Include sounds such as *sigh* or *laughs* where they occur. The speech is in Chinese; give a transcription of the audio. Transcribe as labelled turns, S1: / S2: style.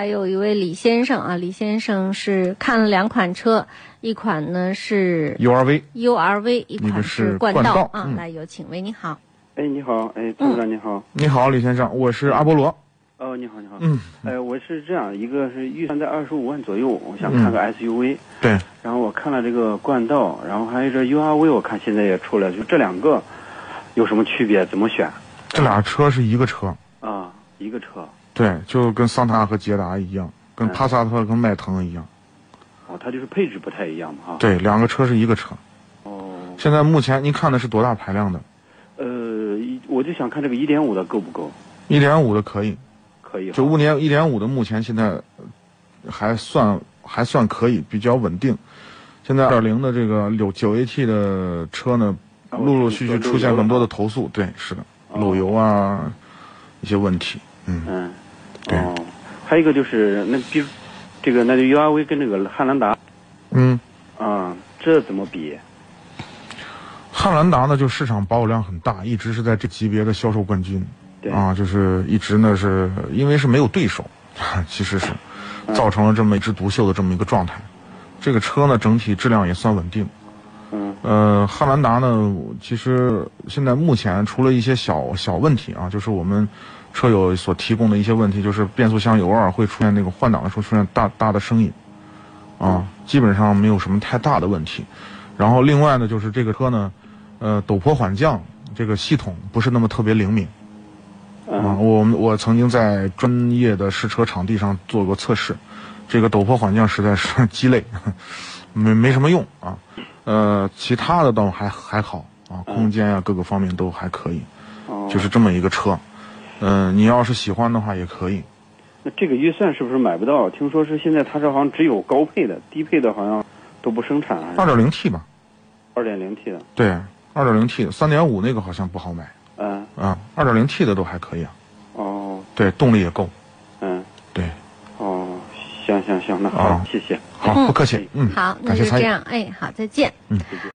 S1: 还有一位李先生啊，李先生是看了两款车，一款呢是
S2: URV，
S1: URV，一
S2: 一个
S1: 款
S2: 是
S1: 冠
S2: 冠道
S1: 啊。
S2: 嗯
S1: 来，有请，喂，你好。
S3: 哎，你好，哎，董事长你好，
S2: 你好，李先生，我是阿波罗。
S3: 哦，你好，你好，
S2: 嗯，
S3: 哎，我是这样，一个是预算在二十五万左右，我
S2: 嗯
S3: 想看个 SUV，、
S2: 对，
S3: 然后我看了这个冠道，然后还有这 URV，我看现在也出了，就这两个有什么区别？怎么选？
S2: 这俩车是一个车，
S3: 啊，一个车，
S2: 对，就跟桑塔和捷达一样，跟
S3: 嗯
S2: 帕萨特跟迈腾一样，
S3: 哦，它就是配置不太一样嘛，哈，，
S2: 对，两个车是一个车。
S3: 哦，
S2: 现在目前您看的是多大排量的？
S3: 呃，一我就想看这个一点五的够不够？
S2: 一点五的可以，
S3: 可以哈，
S2: 就五点一点五的，目前现在还算还算可以，比较稳定。现在二点零的这个九九 AT 的车呢，
S3: 哦
S2: 陆陆续续
S3: 就是
S2: 出现很多的
S3: 漏油了
S2: 投诉，对，是的，
S3: 哦
S2: 漏油啊，一些问题，嗯。
S3: 嗯，
S2: 对
S3: 哦，还有一个就是那比如这个那就 URV 跟这个汉兰达，
S2: 嗯，
S3: 啊，这怎么比？
S2: 汉兰达呢，就市场保有量很大，一直是在这级别的销售冠军
S3: 对，
S2: 啊，就是一直呢是因为是没有对手， *laughs* 其实是造成了这么一枝独秀的这么一个状态。这个车呢，整体质量也算稳定。
S3: 嗯，
S2: 呃，汉兰达呢，其实现在目前除了一些小小问题啊，就是我们车友所提供的一些问题，就是变速箱有偶尔会出现那个换挡的时候出现大大的声音，啊，基本上没有什么太大的问题。然后另外呢，就是这个车呢，呃，陡坡缓降这个系统不是那么特别灵敏啊。
S3: 嗯，
S2: 我们我曾经在专业的试车场地上做过测试，这个陡坡缓降实在是鸡肋，没没什么用啊。呃，其他的倒还还好啊，
S3: 嗯
S2: 空间啊各个方面都还可以，
S3: 哦
S2: 就是这么一个车。嗯、你要是喜欢的话也可以。
S3: 那这个预算是不是买不到？听说是现在它这好像只有高配的，低配的好像都不生产，还
S2: 二
S3: 是
S2: 点零 T 吧，
S3: 二点零 T 的？
S2: 对，二点零 T，三点五那个好像不好买
S3: 嗯，
S2: 啊，二点零 T 的都还可以啊，
S3: 哦，
S2: 对，动力也够，
S3: 嗯，
S2: 对，
S3: 哦，行行行，那好，
S2: 啊
S3: 谢谢。
S2: 好，不客气，嗯，
S1: 好，那
S2: 感
S1: 就
S2: 谢参
S1: 这
S2: 与。
S1: 样，哎，好，再见。